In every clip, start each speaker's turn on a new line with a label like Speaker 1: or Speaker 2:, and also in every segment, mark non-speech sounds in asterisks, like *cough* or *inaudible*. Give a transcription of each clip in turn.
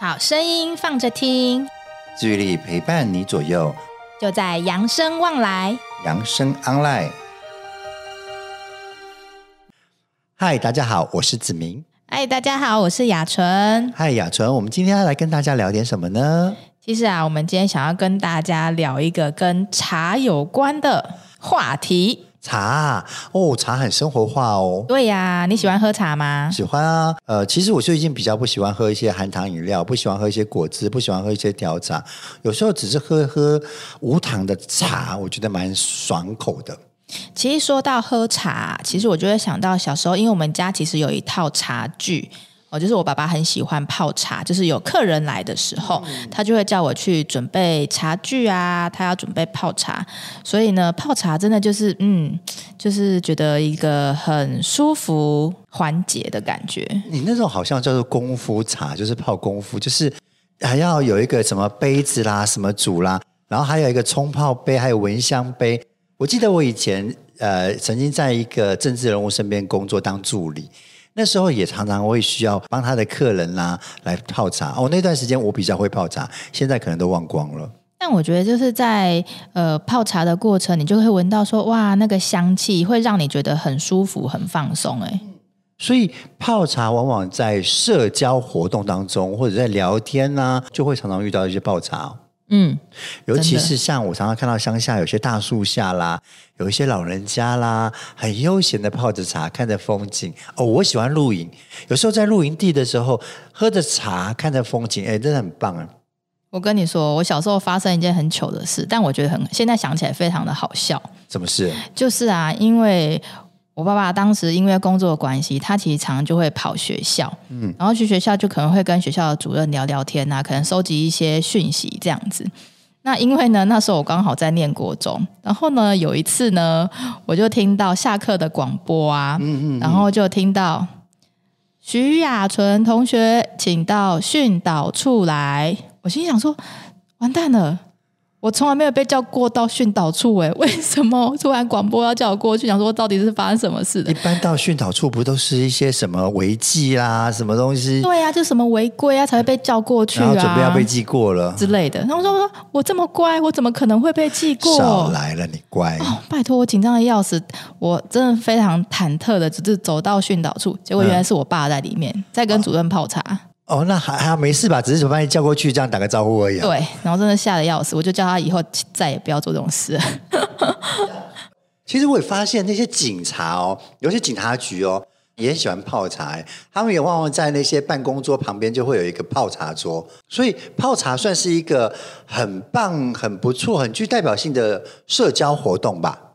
Speaker 1: 好声音放着听，
Speaker 2: 治愈力陪伴你左右，
Speaker 1: 就在扬声望来。
Speaker 2: 扬声 online。嗨，大家好，我是子明。
Speaker 1: 哎，大家好，我是雅纯。
Speaker 2: 嗨，雅纯，我们今天要来跟大家聊点什么呢？
Speaker 1: 其实啊，我们今天想要跟大家聊一个跟茶有关的话题。
Speaker 2: 茶啊哦，茶很生活化哦。
Speaker 1: 对呀、你喜欢喝茶吗？
Speaker 2: 喜欢啊，呃，其实我最近比较不喜欢喝一些含糖饮料，不喜欢喝一些果汁，不喜欢喝一些调茶，有时候只是喝喝无糖的茶，我觉得蛮爽口的。
Speaker 1: 其实说到喝茶，其实我就会想到小时候，因为我们家其实有一套茶具。哦，就是我爸爸很喜欢泡茶，就是有客人来的时候，他就会叫我去准备茶具啊，他要准备泡茶，所以呢，泡茶真的就是，嗯，就是觉得一个很舒服缓解的感觉。
Speaker 2: 你那种好像叫做功夫茶，就是泡功夫，就是还要有一个什么杯子啦、什么煮啦，然后还有一个冲泡杯，还有蚊香杯。我记得我以前呃曾经在一个政治人物身边工作当助理，那时候也常常会需要帮他的客人啦来泡茶。哦，那段时间我比较会泡茶，现在可能都忘光了。
Speaker 1: 但我觉得就是在呃泡茶的过程，你就会闻到说，哇，那个香气会让你觉得很舒服、很放松、哎。
Speaker 2: 所以泡茶往往在社交活动当中，或者在聊天呐、就会常常遇到一些泡茶、哦。
Speaker 1: 嗯，
Speaker 2: 尤其
Speaker 1: 真的
Speaker 2: 是像我常常看到乡下有些大树下啦，有一些老人家啦，很悠闲的泡着茶，看着风景。哦，我喜欢露营，有时候在露营地的时候，喝着茶，看着风景，哎，真的很棒啊！
Speaker 1: 我跟你说，我小时候发生一件很糗的事，但我觉得很现在想起来非常的好笑。
Speaker 2: 什么事？
Speaker 1: 就是啊，因为我爸爸当时因为工作的关系，他其实常常就会跑学校，嗯，然后去学校就可能会跟学校的主任聊聊天啊，可能收集一些讯息这样子。那因为呢，那时候我刚好在念国中，然后呢，有一次呢，我就听到下课的广播啊，嗯嗯然后就听
Speaker 2: 嗯
Speaker 1: 到徐雅纯同学，请到训导处来。我心想说，完蛋了，我从来没有被叫过到训导处、诶，为什么突然广播要叫我过去？想说到底是发生什么事
Speaker 2: 一
Speaker 1: 的？
Speaker 2: 般到训导处不都是一些什么违纪啦，什么东西，
Speaker 1: 对呀、就什么违规啊，才会被叫过去
Speaker 2: 然
Speaker 1: 啊，
Speaker 2: 后准备要被记过了，
Speaker 1: 之类的。然后我说我说我这么乖，我怎么可能会被记过？
Speaker 2: 少来了，你乖。
Speaker 1: 哦，拜托，我紧张的要死，我真的非常忐忑的，只是走到训导处，结果原来是我爸在里面，在跟主任泡茶。
Speaker 2: 哦，那还还好没事吧？只是把你叫过去，这样打个招呼而已、啊。
Speaker 1: 对，然后真的吓得要死，我就叫他以后再也不要做这种事了。
Speaker 2: 其实我也发现那些警察哦，有些警察局哦，也很喜欢泡茶欸，他们也往往在那些办公桌旁边就会有一个泡茶桌，所以泡茶算是一个很棒、很不错、很具代表性的社交活动吧。
Speaker 1: *laughs*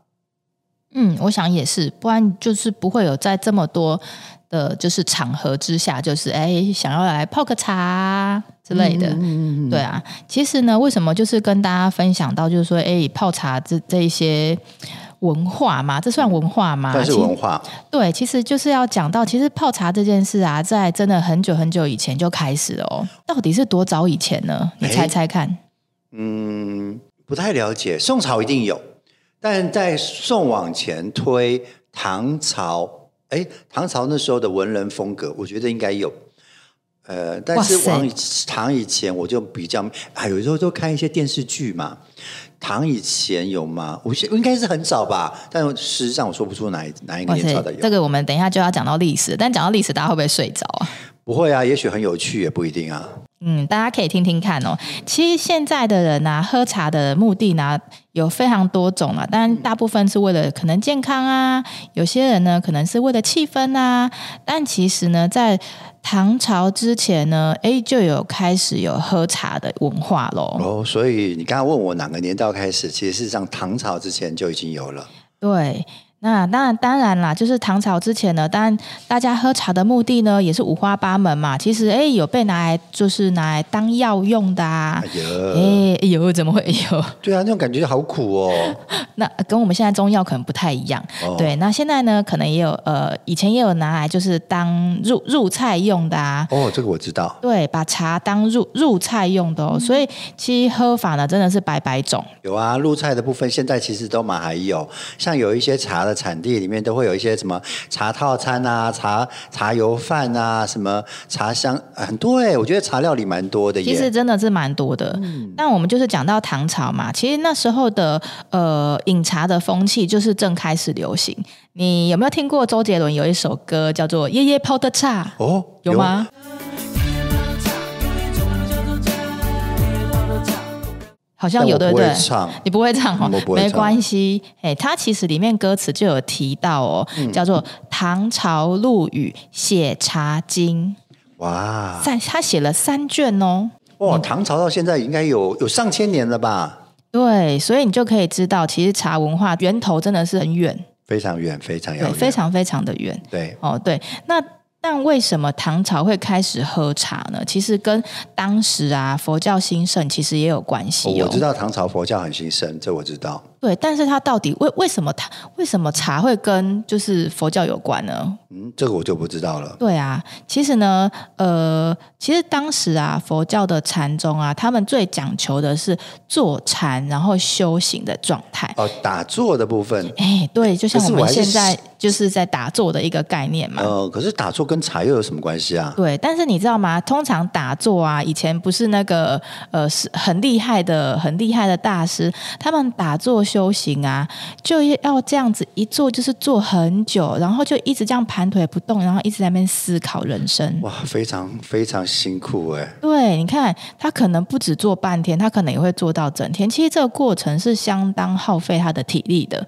Speaker 1: 嗯，我想也是，不然就是不会有在这么多的，就是场合之下，就是哎，想要来泡个茶之类的。
Speaker 2: 嗯
Speaker 1: 对啊，其实呢，为什么就是跟大家分享到，就是说，哎，泡茶这这一些文化嘛，这算文化吗？
Speaker 2: 嗯算是
Speaker 1: 其实
Speaker 2: 文化。
Speaker 1: 对，其实就是要讲到，其实泡茶这件事啊，在真的很久很久以前就开始了哦。到底是多早以前呢？你
Speaker 2: 哎
Speaker 1: 猜猜看。
Speaker 2: 嗯，不太了解。宋朝一定有，但在宋往前推，唐朝，哎，唐朝那时候的文人风格，我觉得应该有。呃，但是
Speaker 1: 哇塞
Speaker 2: 往以唐以前，我就比较啊，有时候都看一些电视剧嘛。唐以前有吗？我应该是很早吧，但事实上我说不出哪一哪一个
Speaker 1: 哇
Speaker 2: 年
Speaker 1: 塞
Speaker 2: 朝的，有。
Speaker 1: 这个我们等一下就要讲到历史，但讲到历史，大家会不会睡着啊？
Speaker 2: 不会啊，也许很有趣，也不一定啊。
Speaker 1: 嗯，大家可以听听看哦。其实现在的人啊，喝茶的目的呢、有非常多种啊，但
Speaker 2: 嗯
Speaker 1: 大部分是为了可能健康啊，有些人呢可能是为了气氛啊。但其实呢，在唐朝之前呢，诶，就有开始有喝茶的文化喽。
Speaker 2: 哦，所以你刚刚问我哪个年代开始，其实事实上唐朝之前就已经有了。
Speaker 1: 对，那当然当然啦，就是唐朝之前呢，当然大家喝茶的目的呢也是五花八门嘛。其实诶，有被拿来就是拿来当药用的啊
Speaker 2: 哎。呀，
Speaker 1: 诶，有怎么会有？
Speaker 2: 对啊，那种感觉好苦哦。 *laughs*
Speaker 1: 那跟我们现在中药可能不太一样，
Speaker 2: 哦
Speaker 1: 对。那现在呢，可能也有呃，以前也有拿来就是当入入菜用的啊，
Speaker 2: 哦，这个我知道，
Speaker 1: 对，把茶当入入菜用的哦。所以其实喝法呢，真的是百百种。
Speaker 2: 有啊，入菜的部分现在其实都蛮还有，像有一些茶的产地里面都会有一些什么茶套餐啊、茶茶油饭啊、什么茶香，很多哎、我觉得茶料理蛮多的耶。
Speaker 1: 其实真的是蛮多的。但我们就是讲到唐朝嘛，其实那时候的呃饮茶的风气就是正开始流行。你有没有听过周杰伦有一首歌叫做《爷爷泡的茶》？
Speaker 2: 哦，
Speaker 1: 有吗？？好像有，
Speaker 2: 但
Speaker 1: 对不
Speaker 2: 我不会
Speaker 1: 对？
Speaker 2: 唱
Speaker 1: 你不会唱哦
Speaker 2: 嗯我，不会
Speaker 1: 没
Speaker 2: 唱
Speaker 1: 关系。哎，它其实里面歌词就有提到哦，
Speaker 2: 嗯
Speaker 1: 叫做“唐朝陆羽写茶经
Speaker 2: 哇”，，
Speaker 1: 在他写了三卷哦。
Speaker 2: 哇，唐朝到现在应该有有上千年了吧？
Speaker 1: 对，所以你就可以知道，其实茶文化源头真的是很远，
Speaker 2: 非常远，非常遥
Speaker 1: 对，
Speaker 2: 远，
Speaker 1: 非常非常的远。
Speaker 2: 对，
Speaker 1: 哦，对，那但为什么唐朝会开始喝茶呢？其实跟当时啊佛教兴盛其实也有关系
Speaker 2: 哦
Speaker 1: 哦。
Speaker 2: 我知道唐朝佛教很兴盛，这我知道。
Speaker 1: 对，但是它到底为为什么它为什么茶会跟就是佛教有关呢？
Speaker 2: 嗯，这个我就不知道了。
Speaker 1: 对啊，其实呢，呃，其实当时啊佛教的禅宗啊，他们最讲求的是坐禅然后修行的状态。
Speaker 2: 哦，打坐的部分，
Speaker 1: 哎，对，就像我
Speaker 2: 可是
Speaker 1: 们
Speaker 2: 我还是
Speaker 1: 现在就是在打坐的一个概念嘛。
Speaker 2: 呃，可是打坐跟茶又有什么关系啊？
Speaker 1: 对，但是你知道吗？通常打坐啊，以前不是那个呃，是很厉害的、很厉害的大师，他们打坐修行啊，就要这样子一坐就是坐很久，然后就一直这样盘腿不动，然后一直在那边思考人生。
Speaker 2: 哇，非常非常辛苦哎、
Speaker 1: 对，你看他可能不止坐半天，他可能也会坐到整天。其实这个过程是相当耗费他的体力的。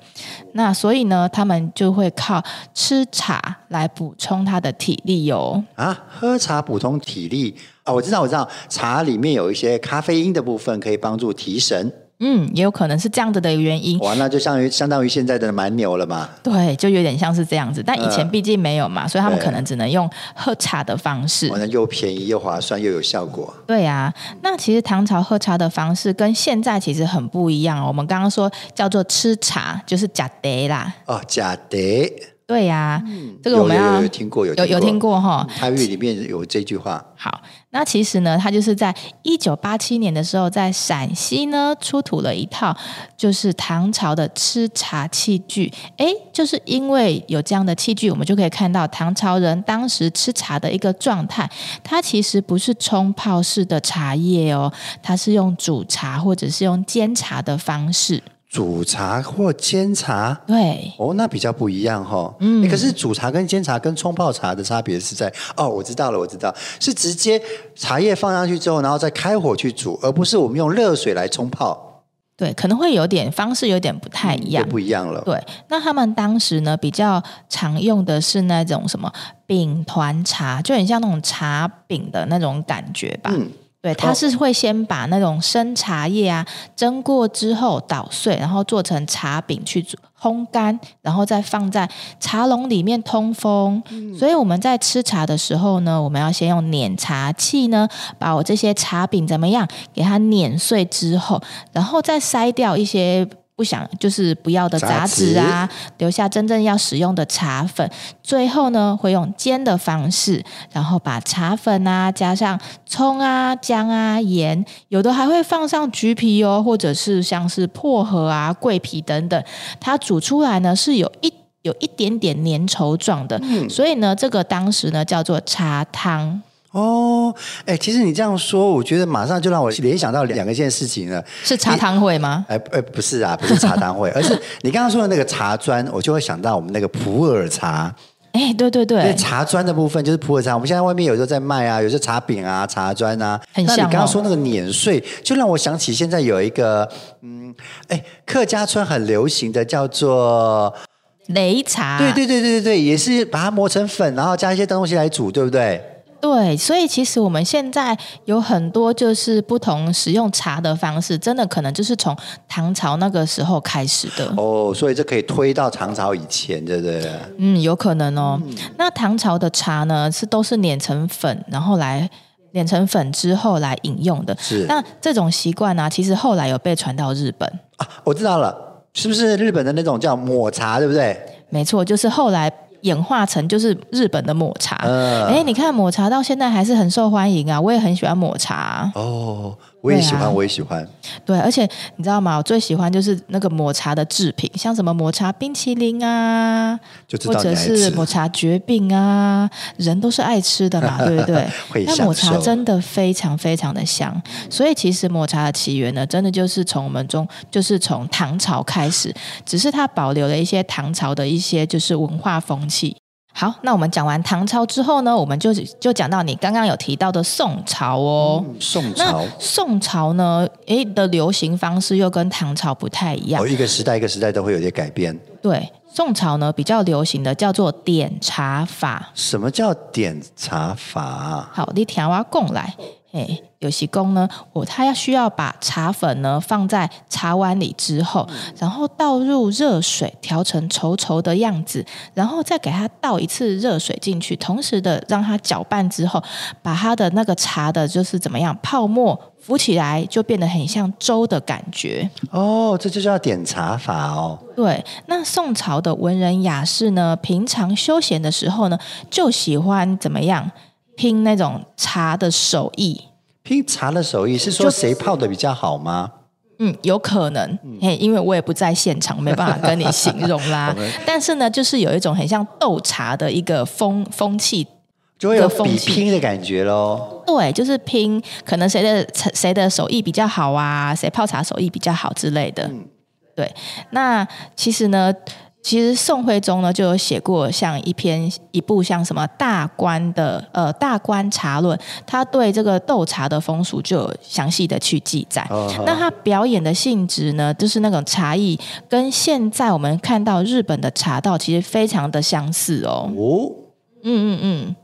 Speaker 1: 那所以呢，他们就会靠吃茶来补充他的体力哦。
Speaker 2: 啊，喝茶补充体力啊、我知道，我知道，茶里面有一些咖啡因的部分可以帮助提神。
Speaker 1: 嗯，也有可能是这样子的原因。
Speaker 2: 哇，那就相当于相当于现在的蛮牛了嘛。
Speaker 1: 对，就有点像是这样子，但以前
Speaker 2: 嗯
Speaker 1: 毕竟没有嘛，所以他们
Speaker 2: 对
Speaker 1: 可能只能用喝茶的方式
Speaker 2: 哇，。那又便宜又划算又有效果。
Speaker 1: 对啊，那其实唐朝喝茶的方式跟现在其实很不一样哦。我们刚刚说叫做吃茶，就是假得啦。
Speaker 2: 哦，假的，
Speaker 1: 对呀、这个
Speaker 2: 有
Speaker 1: 我们
Speaker 2: 有
Speaker 1: 要
Speaker 2: 嗯有有听过有
Speaker 1: 有有听过哈、
Speaker 2: 台语里面有这句话，
Speaker 1: 好，那其实呢，他就是在一九八七年的时候，在陕西呢出土了一套就是唐朝的吃茶器具。诶，就是因为有这样的器具，我们就可以看到唐朝人当时吃茶的一个状态。它其实不是冲泡式的茶叶哦，它是用煮茶或者是用煎茶的方式。
Speaker 2: 煮茶或煎茶。
Speaker 1: 对，
Speaker 2: 哦，那比较不一样哈、嗯、可是煮茶跟煎茶跟冲泡茶的差别是在哦，我知道了，我知道，是直接茶叶放上去之后，然后再开火去煮，而不是我们用热水来冲泡，
Speaker 1: 对，可能会有点方式有点不太一样
Speaker 2: 就。不一样了。
Speaker 1: 对，那他们当时呢比较常用的是那种什么饼团茶，就很像那种茶饼的那种感觉吧。
Speaker 2: 嗯
Speaker 1: 对，它是会先把那种生茶叶啊蒸过之后捣碎，然后做成茶饼去煮烘干，然后再放在茶笼里面通风。所以我们在吃茶的时候呢，我们要先用碾茶器呢，把我这些茶饼怎么样给它碾碎之后，然后再筛掉一些。不想就是不要的杂
Speaker 2: 杂质
Speaker 1: 质啊，留下真正要使用的茶粉。最后呢，会用煎的方式，然后把茶粉啊加上葱啊、姜啊、盐，有的还会放上橘皮哦，或者是像是薄荷啊、桂皮等等。它煮出来呢是有一有一点点粘稠状的，
Speaker 2: 嗯
Speaker 1: 所以呢，这个当时呢叫做茶汤，
Speaker 2: 哦，哎，其实你这样说，我觉得马上就让我联想到两个件事情了。
Speaker 1: 是茶汤会吗？
Speaker 2: 哎哎，不是啊，不是茶单会， *laughs* 而是你刚刚说的那个茶砖，我就会想到我们那个普洱茶。
Speaker 1: 哎，对对
Speaker 2: 对
Speaker 1: 对，
Speaker 2: 茶砖的部分就是普洱茶，我们现在外面有时候在卖啊，有时候茶饼啊、茶砖啊。
Speaker 1: 很像
Speaker 2: 那你刚
Speaker 1: 哦
Speaker 2: 刚说那个碾碎，就让我想起现在有一个，嗯，哎，客家村很流行的叫做，
Speaker 1: 擂茶，
Speaker 2: 对对对对对对，也是把它磨成粉，然后加一些东西来煮，对不对？
Speaker 1: 对，所以其实我们现在有很多就是不同使用茶的方式，真的可能就是从唐朝那个时候开始的。
Speaker 2: 哦，所以这可以推到唐朝以前，对不对？
Speaker 1: 嗯，有可能哦。那唐朝的茶呢，是都是碾成粉，然后来碾成粉之后来饮用的。
Speaker 2: 是
Speaker 1: 那这种习惯呢、其实后来有被传到日本。
Speaker 2: 啊，我知道了，是不是日本的那种叫抹茶，对不对？
Speaker 1: 没错，就是后来演化成就是日本的抹茶。哎、你看抹茶到现在还是很受欢迎啊，我也很喜欢抹茶啊、
Speaker 2: 哦，我也喜欢，
Speaker 1: 对啊
Speaker 2: 我也喜欢。
Speaker 1: 对，而且你知道吗？我最喜欢就是那个抹茶的制品，像什么抹茶冰淇淋啊，
Speaker 2: 就知
Speaker 1: 或
Speaker 2: 道你
Speaker 1: 者
Speaker 2: 爱
Speaker 1: 是
Speaker 2: 吃
Speaker 1: 抹茶绝饼啊，人都是爱吃的
Speaker 2: *laughs*
Speaker 1: 嘛，对不对
Speaker 2: 会？
Speaker 1: 那
Speaker 2: 享
Speaker 1: 抹茶
Speaker 2: 受
Speaker 1: 真的非常非常的香，所以其实抹茶的起源呢，真的就是从我们中，就是从唐朝开始，只是它保留了一些唐朝的一些就是文化风气。好，那我们讲完唐朝之后呢，我们就就讲到你刚刚有提到的宋朝哦。
Speaker 2: 宋朝
Speaker 1: 那，宋朝呢？诶的流行方式又跟唐朝不太一样
Speaker 2: 哦，。一个时代一个时代都会有些改变。
Speaker 1: 对，宋朝呢比较流行的叫做点茶法。
Speaker 2: 什么叫点茶法啊？
Speaker 1: 好，你调啊供来，诶，有些供呢，我他要需要把茶粉呢放在茶碗里之后，然后倒入热水，调成稠稠的样子，然后再给它倒一次热水进去，同时的让它搅拌之后，把它的那个茶的就是怎么样泡沫浮起来，就变得很像粥的感觉。
Speaker 2: 哦，这就叫点茶法哦。
Speaker 1: 对，那宋朝的文人雅士呢，平常休闲的时候呢，就喜欢怎么样拼那种茶的手艺。
Speaker 2: 拼茶的手艺是说谁泡的比较好吗？
Speaker 1: 嗯，有可能，嘿，因为我也不在现场，没办法跟你形容啦
Speaker 2: 我们。
Speaker 1: 但是呢，就是有一种很像斗茶的一个风风气，
Speaker 2: 就会有
Speaker 1: 这个风
Speaker 2: 比
Speaker 1: 气
Speaker 2: 拼的感觉喽。
Speaker 1: 对，就是拼，可能谁的谁的手艺比较好啊，谁泡茶手艺比较好之类的。对，那其实呢，其实宋徽宗呢就有写过像一篇一部像什么大观的呃大观茶论，他对这个斗茶的风俗就有详细的去记载。
Speaker 2: 哦
Speaker 1: 那他表演的性质呢，就是那种茶艺跟现在我们看到日本的茶道其实非常的相似哦。
Speaker 2: 哦，
Speaker 1: 嗯嗯嗯，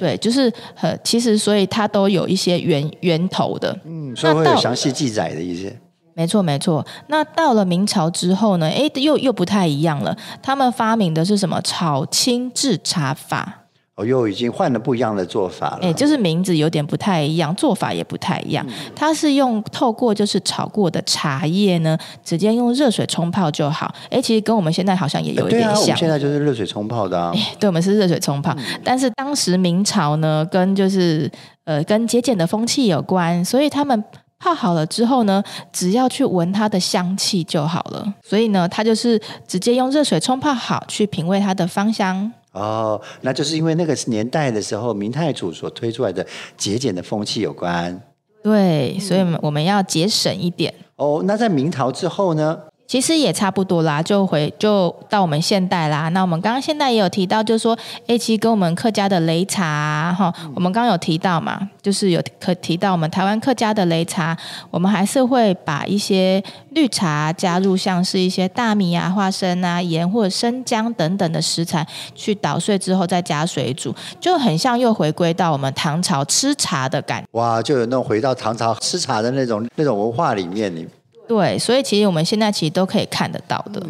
Speaker 1: 对，就是呃，其实所以它都有一些源源头的。
Speaker 2: 嗯，所以会
Speaker 1: 那
Speaker 2: 有
Speaker 1: 到
Speaker 2: 详细记载的一些。
Speaker 1: 没错，没错。那到了明朝之后呢，诶，又又不太一样了。他们发明的是什么炒青制茶法？
Speaker 2: 哦，又已经换了不一样的做法
Speaker 1: 诶，
Speaker 2: 了。
Speaker 1: 就是名字有点不太一样，做法也不太一样。
Speaker 2: 嗯
Speaker 1: 它是用透过就是炒过的茶叶呢，直接用热水冲泡就好。诶，其实跟我们现在好像也有一
Speaker 2: 对
Speaker 1: 点
Speaker 2: 啊，我
Speaker 1: 像
Speaker 2: 们。现在就是热水冲泡的啊。
Speaker 1: 对，我们是热水冲泡，但是当时明朝呢，跟就是呃跟节俭的风气有关，所以他们泡好了之后呢，只要去闻它的香气就好了。所以呢，它就是直接用热水冲泡好，去品味它的芳香。
Speaker 2: 哦，那就是因为那个年代的时候，明太祖所推出来的节俭的风气有关。
Speaker 1: 对，所以我们我们要节省一点。
Speaker 2: 哦，那在明朝之后呢？
Speaker 1: 其实也差不多啦，就回就到我们现代啦。那我们刚刚现代也有提到，就是说，哎，其实跟我们客家的擂茶啊哈、我们刚刚有提到嘛，就是有可提到我们台湾客家的擂茶，我们还是会把一些绿茶加入像是一些大米啊、花生啊、盐或者生姜等等的食材，去捣碎之后再加水煮，就很像又回归到我们唐朝吃茶的感觉
Speaker 2: 哇，就有那种回到唐朝吃茶的那种那种文化里面。你
Speaker 1: 对，所以其实我们现在其实都可以看得到的。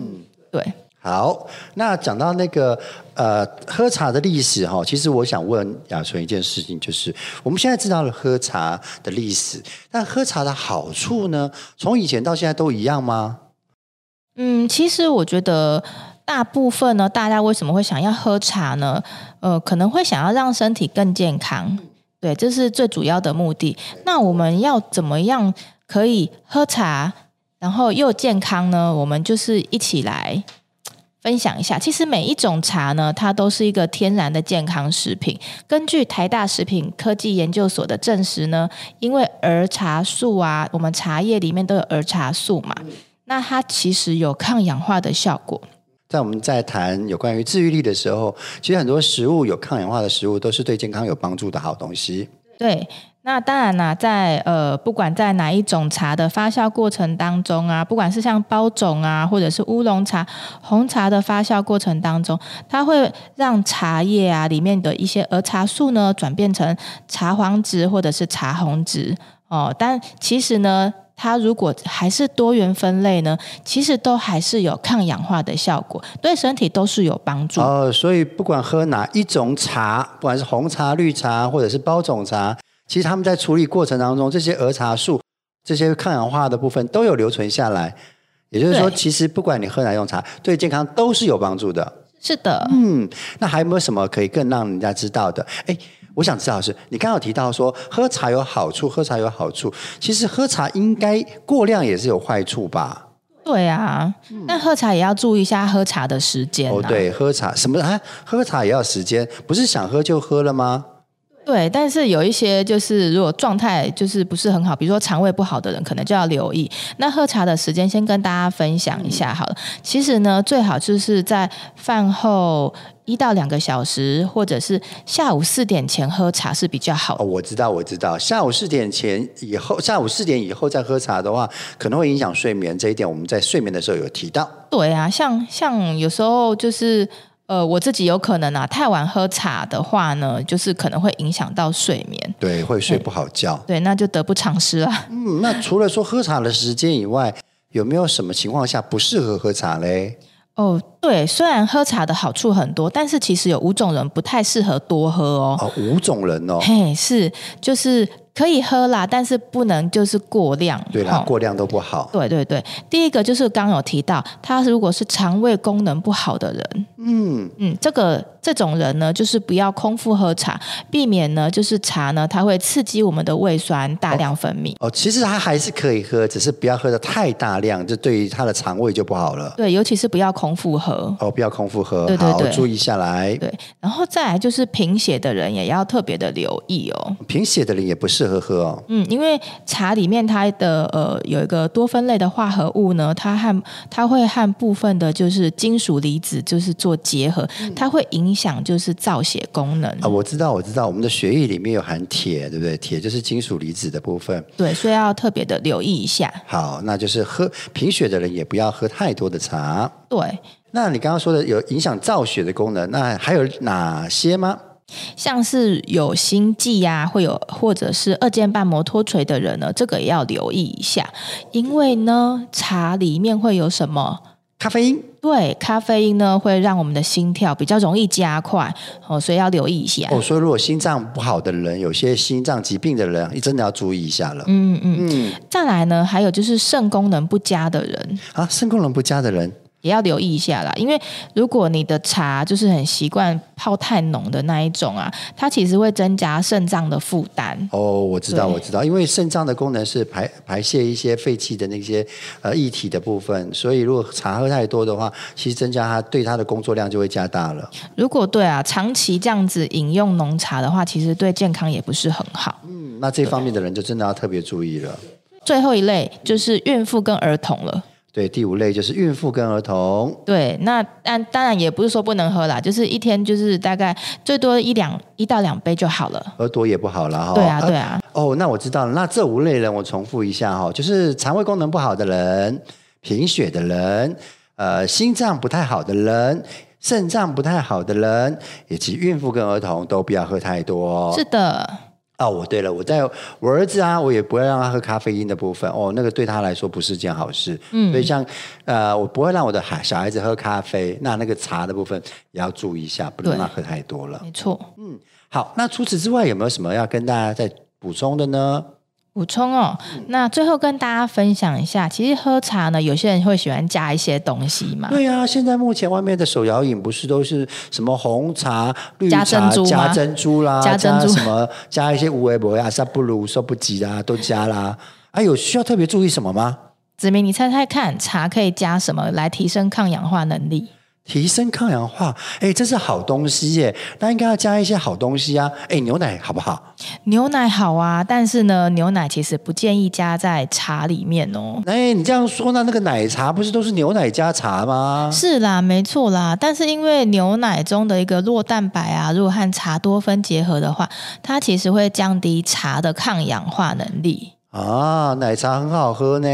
Speaker 1: 对，
Speaker 2: 好，那讲到那个呃喝茶的历史哈，其实我想问雅纯一件事情，就是我们现在知道了喝茶的历史，但喝茶的好处呢，从以前到现在都一样吗？
Speaker 1: 嗯，其实我觉得大部分呢，大家为什么会想要喝茶呢？呃，可能会想要让身体更健康，对，这是最主要的目的。那我们要怎么样可以喝茶，然后又健康呢？我们就是一起来。分享一下，其实每一种茶呢，它都是一个天然的健康食品。根据台大食品科技研究所的证实呢，因为儿茶素啊，我们茶叶里面都有儿茶素嘛，那它其实有抗氧化的效果。
Speaker 2: 在我们在谈有关于治愈力的时候，其实很多食物有抗氧化的食物都是对健康有帮助的好东西。
Speaker 1: 对，那当然啦、在呃，不管在哪一种茶的发酵过程当中啊，不管是像包种啊，或者是乌龙茶、红茶的发酵过程当中，它会让茶叶啊里面的一些儿茶素呢，转变成茶黄质或者是茶红质哦。但其实呢。它如果还是多元分类呢，其实都还是有抗氧化的效果，对身体都是有帮助的
Speaker 2: 哦，所以不管喝哪一种茶，不管是红茶、绿茶或者是包种茶，其实他们在处理过程当中，这些儿茶素、这些抗氧化的部分都有留存下来。也就是说，
Speaker 1: 对
Speaker 2: 其实不管你喝哪种茶，对健康都是有帮助的。
Speaker 1: 是的，
Speaker 2: 嗯，那还有没有什么可以更让人家知道的？哎，我想知道的是，你刚刚有提到说喝茶有好处，喝茶有好处，其实喝茶应该过量也是有坏处吧？
Speaker 1: 对啊，但喝茶也要注意一下喝茶的时间、啊。
Speaker 2: 嗯哦，对，喝茶什么啊？喝茶也要时间，不是想喝就喝了吗？
Speaker 1: 对，但是有一些就是如果状态就是不是很好，比如说肠胃不好的人，可能就要留意。那喝茶的时间先跟大家分享一
Speaker 2: 嗯
Speaker 1: 下好了。其实呢，最好就是在饭后一到两个小时，或者是下午四点前喝茶是比较好
Speaker 2: 哦，
Speaker 1: 的。
Speaker 2: 我知道，我知道。下午四点前以后，下午四点以后再喝茶的话，可能会影响睡眠。这一点我们在睡眠的时候有提到。
Speaker 1: 对啊，像像有时候就是。呃，我自己有可能啊，太晚喝茶的话呢，就是可能会影响到睡眠，
Speaker 2: 对，会睡不好觉。
Speaker 1: 对，那就得不偿失啦。
Speaker 2: 嗯，那除了说喝茶的时间以外，有没有什么情况下不适合喝茶嘞？
Speaker 1: 哦，对，虽然喝茶的好处很多，但是其实有五种人不太适合多喝哦。
Speaker 2: 哦，五种人哦，
Speaker 1: 嘿，是，就是可以喝啦，但是不能就是过量。
Speaker 2: 对啦，
Speaker 1: 吼
Speaker 2: 过量都不好。
Speaker 1: 对对对，第一个就是刚刚有提到，他如果是肠胃功能不好的人，嗯嗯，这个这种人呢，就是不要空腹喝茶，避免呢就是茶呢，它会刺激我们的胃酸大量分泌。
Speaker 2: 哦，其实它还是可以喝，只是不要喝的太大量，这对于他的肠胃就不好了。
Speaker 1: 对，尤其是不要空腹喝。
Speaker 2: 哦，不要空腹喝，
Speaker 1: 对对
Speaker 2: 好，
Speaker 1: 对
Speaker 2: 注意下来。
Speaker 1: 对，然后再来就是贫血的人也要特别的留意哦。
Speaker 2: 贫血的人也不适合喝哦。
Speaker 1: 嗯，因为茶里面它的呃有一个多酚类的化合物呢，它和它会和部分的就是金属离子就是做结合，它会影响就是造血功能。
Speaker 2: 啊，我知道，我知道，我们的血液里面有含铁，对不对？铁就是金属离子的部分。
Speaker 1: 对，所以要特别的留意一下。
Speaker 2: 好，那就是喝贫血的人也不要喝太多的茶。
Speaker 1: 对，
Speaker 2: 那你刚刚说的有影响造血的功能，那还有哪些吗？
Speaker 1: 像是有心悸呀、会有或者是二尖瓣膜脱垂的人呢，这个也要留意一下，因为呢茶里面会有什么？
Speaker 2: 咖啡因
Speaker 1: 对，咖啡因呢会让我们的心跳比较容易加快哦，所以要留意一下。
Speaker 2: 哦，所以如果心脏不好的人，有些心脏疾病的人，真的要注意一下了。
Speaker 1: 嗯嗯，再来呢，还有就是肾功能不佳的人
Speaker 2: 啊，肾功能不佳的人，
Speaker 1: 也要留意一下啦，因为如果你的茶就是很习惯泡太浓的那一种啊，它其实会增加肾脏的负担。
Speaker 2: 哦，我知道，
Speaker 1: 对
Speaker 2: 我知道，因为肾脏的功能是排排泄一些废气的那些呃液体的部分，所以如果茶喝太多的话，其实增加它对它的工作量就会加大了。
Speaker 1: 如果对啊，长期这样子饮用浓茶的话，其实对健康也不是很好。
Speaker 2: 嗯，那这方面的人就真的要特别注意了。
Speaker 1: 最后一类就是孕妇跟儿童了。
Speaker 2: 对，第五类就是孕妇跟儿童。
Speaker 1: 对，那但当然也不是说不能喝啦，就是一天就是大概最多一两一到两杯就好了。
Speaker 2: 喝多也不好了哈、
Speaker 1: 对啊，对啊，
Speaker 2: 哦，那我知道了。那这五类人，我重复一下哈、就是肠胃功能不好的人、贫血的人、呃，心脏不太好的人、肾脏不太好的人，以及孕妇跟儿童都不要喝太多、哦。
Speaker 1: 是的。
Speaker 2: 哦，我对了，我在我儿子啊，我也不会让他喝咖啡因的部分哦，那个对他来说不是件好事。嗯，所以像呃，我不会让我的孩小孩子喝咖啡，那那个茶的部分也要注意一下，不能
Speaker 1: 对
Speaker 2: 让他喝太多了。
Speaker 1: 没错，
Speaker 2: 好，那除此之外有没有什么要跟大家再补充的呢？
Speaker 1: 补充哦。那最后跟大家分享一下，其实喝茶呢，有些人会喜欢加一些东西嘛。
Speaker 2: 对啊，现在目前外面的手摇饮不是都是什么红茶、绿茶、
Speaker 1: 加珍珠吗
Speaker 2: 加珍珠啦，
Speaker 1: 加珍珠
Speaker 2: 什么加一些无为博呀、萨啊布鲁、寿不吉啦，都加啦。啊，有需要特别注意什么吗？
Speaker 1: 子明，你猜猜看，茶可以加什么来提升抗氧化能力？
Speaker 2: 提升抗氧化，哎，这是好东西耶，那应该要加一些好东西啊，哎，牛奶好不好？
Speaker 1: 牛奶好啊，但是呢，牛奶其实不建议加在茶里面哦。
Speaker 2: 哎，你这样说，那那个奶茶不是都是牛奶加茶吗？
Speaker 1: 是啦，没错啦，但是因为牛奶中的一个酪蛋白啊，如果和茶多酚结合的话，它其实会降低茶的抗氧化能力。
Speaker 2: 啊，奶茶很好喝呢，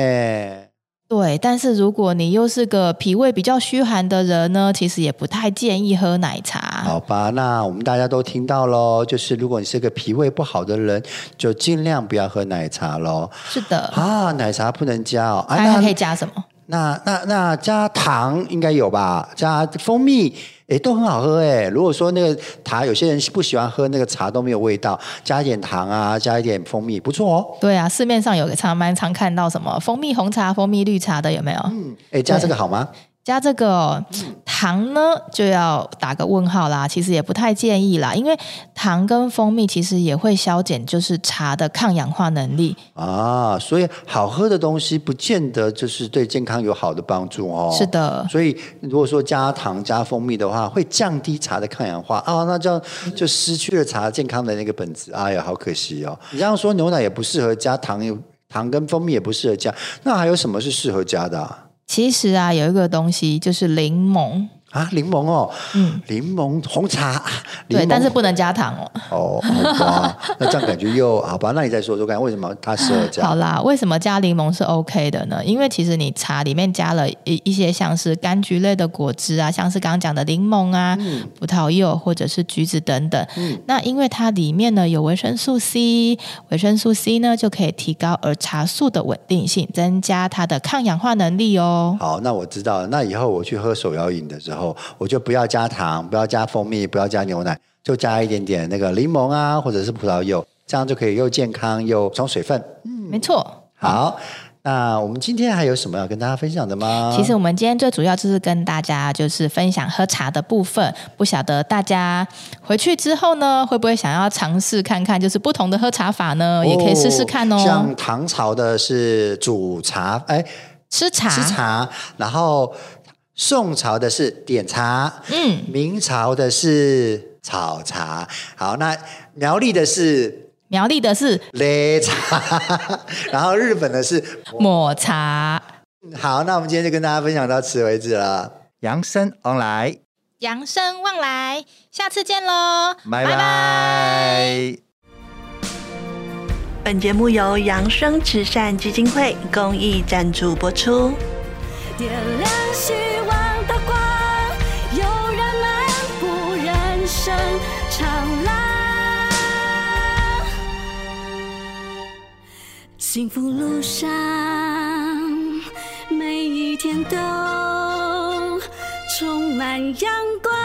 Speaker 1: 对，但是如果你又是个脾胃比较虚寒的人呢，其实也不太建议喝奶茶。
Speaker 2: 好吧，那我们大家都听到喽，就是如果你是个脾胃不好的人，就尽量不要喝奶茶喽。
Speaker 1: 是的，
Speaker 2: 啊，奶茶不能加哦，啊，
Speaker 1: 它还可
Speaker 2: 那
Speaker 1: 以加什么？
Speaker 2: 那那那加糖应该有吧？加蜂蜜，诶，都很好喝诶。如果说那个茶，有些人不喜欢喝那个茶都没有味道，加一点糖啊，加一点蜂蜜，不错哦。
Speaker 1: 对啊，市面上有个常蛮常看
Speaker 2: 嗯
Speaker 1: 到什么蜂蜜红茶、蜂蜜绿茶的，有没有？
Speaker 2: 诶，加这个好吗？嗯
Speaker 1: 加这个哦、糖呢就要打个问号啦，其实也不太建议啦，因为糖跟蜂蜜其实也会消减，就是茶的抗氧化能力。
Speaker 2: 啊，所以好喝的东西不见得就是对健康有好的帮助哦。
Speaker 1: 是的
Speaker 2: 所以如果说加糖加蜂蜜的话，会降低茶的抗氧化啊，那这样就失去了茶健康的那个本质。哎呀，好可惜哦。你这样说牛奶也不适合加糖，也糖跟蜂蜜也不适合加，那还有什么是适合加的啊？
Speaker 1: 其实啊，有一个东西就是柠檬，
Speaker 2: 啊，柠檬哦，嗯，柠檬红茶，啊柠
Speaker 1: 对，
Speaker 2: 檬
Speaker 1: 但是不能加糖哦。
Speaker 2: 哦，好吧，那这样感觉又好吧？那你再说说看，为什么它适合加
Speaker 1: 好？啦，为什么加柠檬是 OK 的呢？因为其实你茶里面加了一一些像是柑橘类的果汁啊，像是刚刚讲的柠檬啊、葡萄柚或者是橘子等等。那因为它里面呢有维生素 C，维生素 C 呢就可以提高儿茶素的稳定性，增加它的抗氧化能力哦。
Speaker 2: 好，那我知道了。那以后我去喝手摇饮的时候，我就不要加糖，不要加蜂蜜，不要加牛奶，就加一点点那个柠檬啊，或者是葡萄柚，这样就可以又健康又补充水分。
Speaker 1: 没错。
Speaker 2: 好，那我们今天还有什么要跟大家分享的吗？
Speaker 1: 其实我们今天最主要就是跟大家就是分享喝茶的部分，不晓得大家回去之后呢，会不会想要尝试看看，就是不同的喝茶法呢，也可以试试看哦
Speaker 2: 像。唐朝的是煮茶，哎，
Speaker 1: 吃茶，
Speaker 2: 吃茶，然后宋朝的是点茶，
Speaker 1: 嗯，
Speaker 2: 明朝的是炒茶。好，那苗栗的是
Speaker 1: 苗栗的是
Speaker 2: 擂茶， *laughs* 然后日本的是
Speaker 1: 抹茶，
Speaker 2: 好。那我们今天就跟大家分享到此为止了。养生 online，
Speaker 1: 扬生望来，下次见喽，
Speaker 2: 拜拜。
Speaker 3: 本节目由扬生慈善基金会公益赞助播出。
Speaker 4: 点亮希望的光，有人漫步人生长廊，幸福路上每一天都充满阳光。